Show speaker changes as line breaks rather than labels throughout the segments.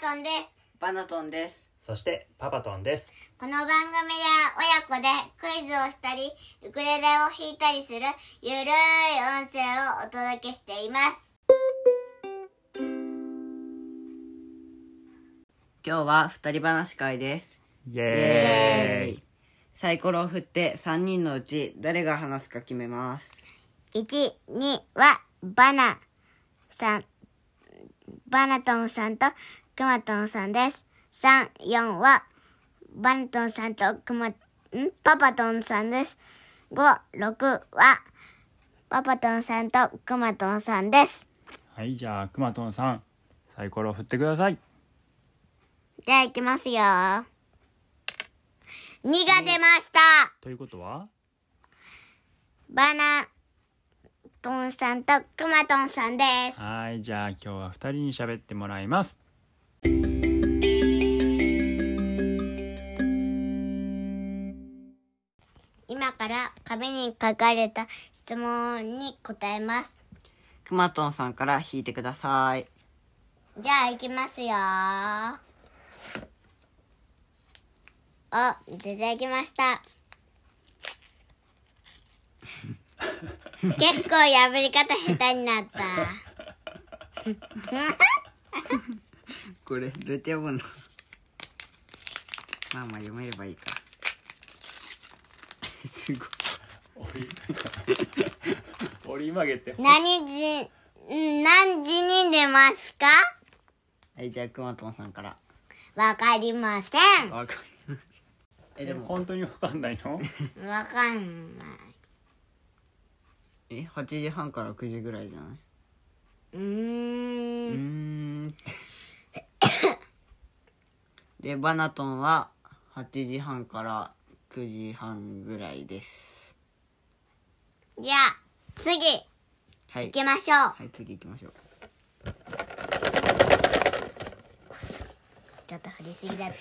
トンです
バナトンです。
そしてパパトンです。
この番組では親子でクイズをしたりウクレレを弾いたりするゆるい音声をお届けしています
今日は二人話会です。
イ
イ
エーイ。
サイコロを振って三人のうち誰が話すか決めます。
12はバナさんバナトンさんとクマトンさんです34はバナトンさんとクマんパパトンさんです56はパパトンさんとクマトンさんです
はい、じゃあくまとんさん、サイコロ振ってください。
じゃあ行きますよ。2が出ました。
ということは、
バナトンさんとクマトンさんです。
はい、じゃあ今日は二人に喋ってもらいます。
今から壁に書かれた質問に答えます。
くまとんさんから引いてください。
じゃあ行きますよ。あ、出てきました。結構破り方下手になった。
これどうやって読むの？まあまあ読めればいいか。 すごい。
折り曲げて。
何時、ん何時に出ますか
はいじゃあくまとんさんから。
わかりません。
わか ります。えでも
本当にわかんない の？
わかんない。？
え八時半から九時ぐらいじゃないう
ー。
うんーん。でバナトンは八時半から九時半ぐらいです。
じゃあ、次、
はい
行。きましょう。
はい、次行きましょう。
ちょっと振りすぎだって。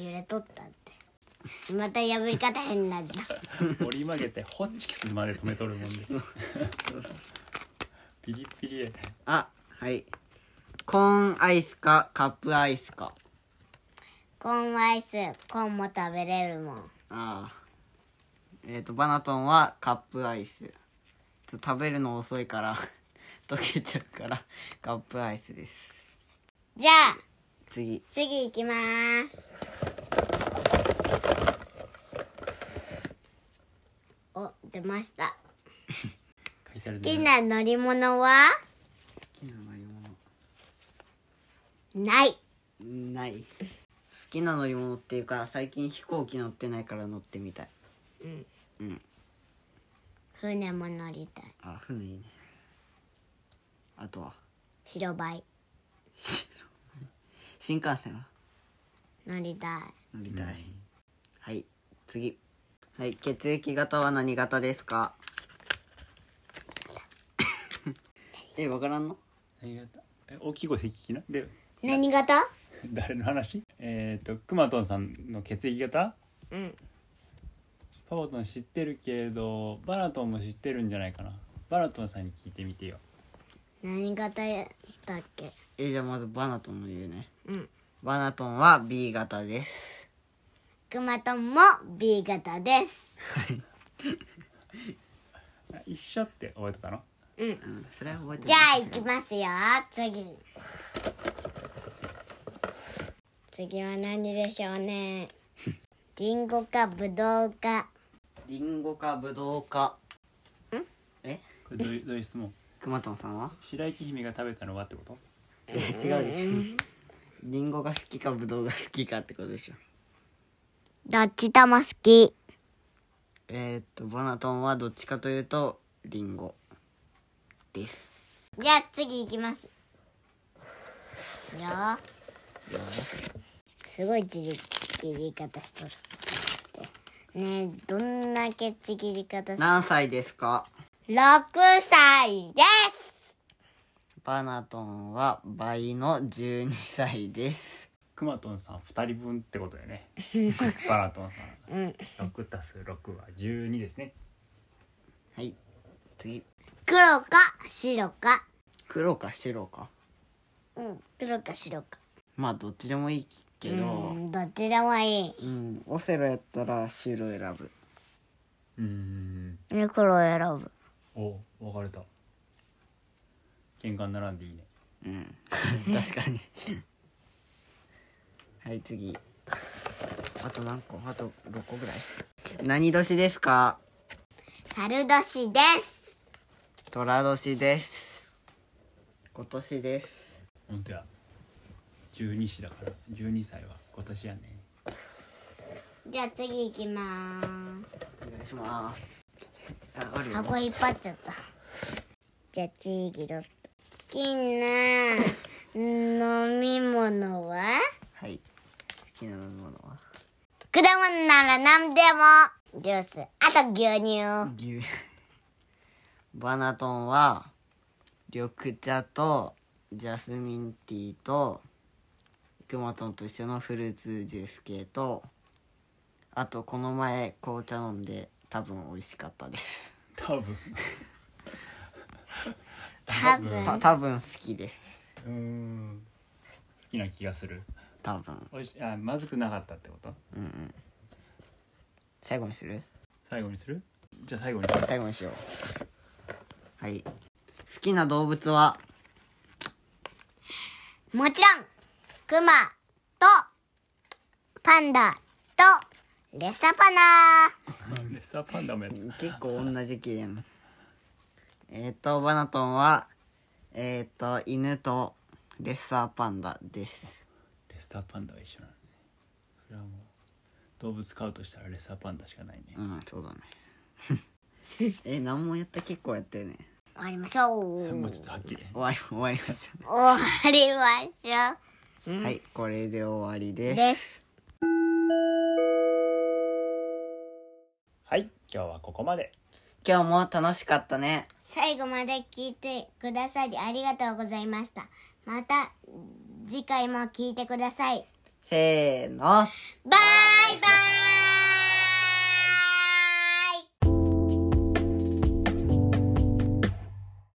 揺れとったって。また破り方変になった。
折り曲げてホッチキスまで止めとるもんで。 ピリピリや。
あ、はい。コーンアイスかカップアイスか。
コーンアイス、コーンも食べれるもん。
ああ。えっ、とバナトンはカップアイス。ちょっと食べるの遅いから 溶けちゃうからカップアイスです。
じゃあ、
次。
次行きます。お、出ました。
書いてある
好き
ね。
な乗り物は
好きな乗り
ない。
物ない。好きな乗り物っていうか最近飛行機乗ってないから乗ってみたい。
船も乗りたい。
あ、船いいね。あとは
白バイ
新幹線は
乗りたい。
乗りたい、はい次はい血液型は何型です かえわからんの
ありがとうえ大きい声で聞きな。で、
何型
誰の話？えっ、とくまとんさんの血液型？
うん。
パパトン知ってるけれど、バラトンも知ってるんじゃないかな。バラトンさんに聞いてみてよ。
何型だっけ
えじゃあまずバナトンの言うね
うん。
バナトンは B 型です
くまとんも B 型です。
あ一緒って覚えてたの？
うん。
うんそれは覚えて
じゃあ
ない
行きますよ。次。次は何でしょうね。リンゴかブドウか。
リンゴかブドウかえ
これどういうどういう質問？
くまとんさんは
白雪姫が食べたのはってこと？
いや違うでしょリンゴが好きかブドウが好きかってことでしょ
どっちとも好き。
えー、っとバナトンはどっちかというとリンゴです
じゃあ次行きます。よー。すごいちぎ切り方しとる。でねえ、どんだけちぎり方しとる
何歳ですか
?6 歳です
バナトンは倍の12歳です。
くまとんさん二人分ってことだよね。バラトンさん。六足す六は十二ですね。
はい。次。
黒か白か。
黒か白か。
うん、黒か白か。
まあどっちでもいいけ
う
ど、
ん、どっちでもいい。
うん、オセロやったら白選ぶ
うーん
ネクロを選ぶ。
お分かれた喧嘩にならんでいいね
うん確かにはい次あと何個あと6個ぐらい何年ですか
猿年です。
虎年です今年です
本当や十二子だから十二歳は今年やね
じゃあ次行きまー
お願いしますあある
す。
よ
箱引っ張っちゃった。じゃあ次行きろ。好きな飲み物は
はい好きな飲み物は
果物なら何でも。ジュース。あと牛乳。
牛バナトンは緑茶とジャスミンティーとクマトンと一緒のフルーツジュース系とあとこの前紅茶飲んで多分美味しかったです
多分
多分。
た多分好きです
うーん好きな気がする
多分
おいしあまずくなかったってこと
うんうん最後にする
最後にするじゃあ最後にする
最後にしようはい好きな動物は
もちろん、クマと、パンダと、レッサパンダ。
レッサーパンダもやった
結構同じ系やなえっとバナトンはえっ、と犬とレッサーパンダです
レッサーパンダは一緒なのねそれはもう動物飼うとしたらレッサーパンダしかないね
うんそうだねえ何もやった結構やったよね
終わりましょ
も
う
う。ちょっとはっきり
終わり終わりまし
終わりましょ
たねはいこれで終わり
う。
です
です。
はい今日はここまで
今日も楽しかったね
最後まで聞いてくださりありがとうございました。また、次回も聞いてください。
せーの
バイバイ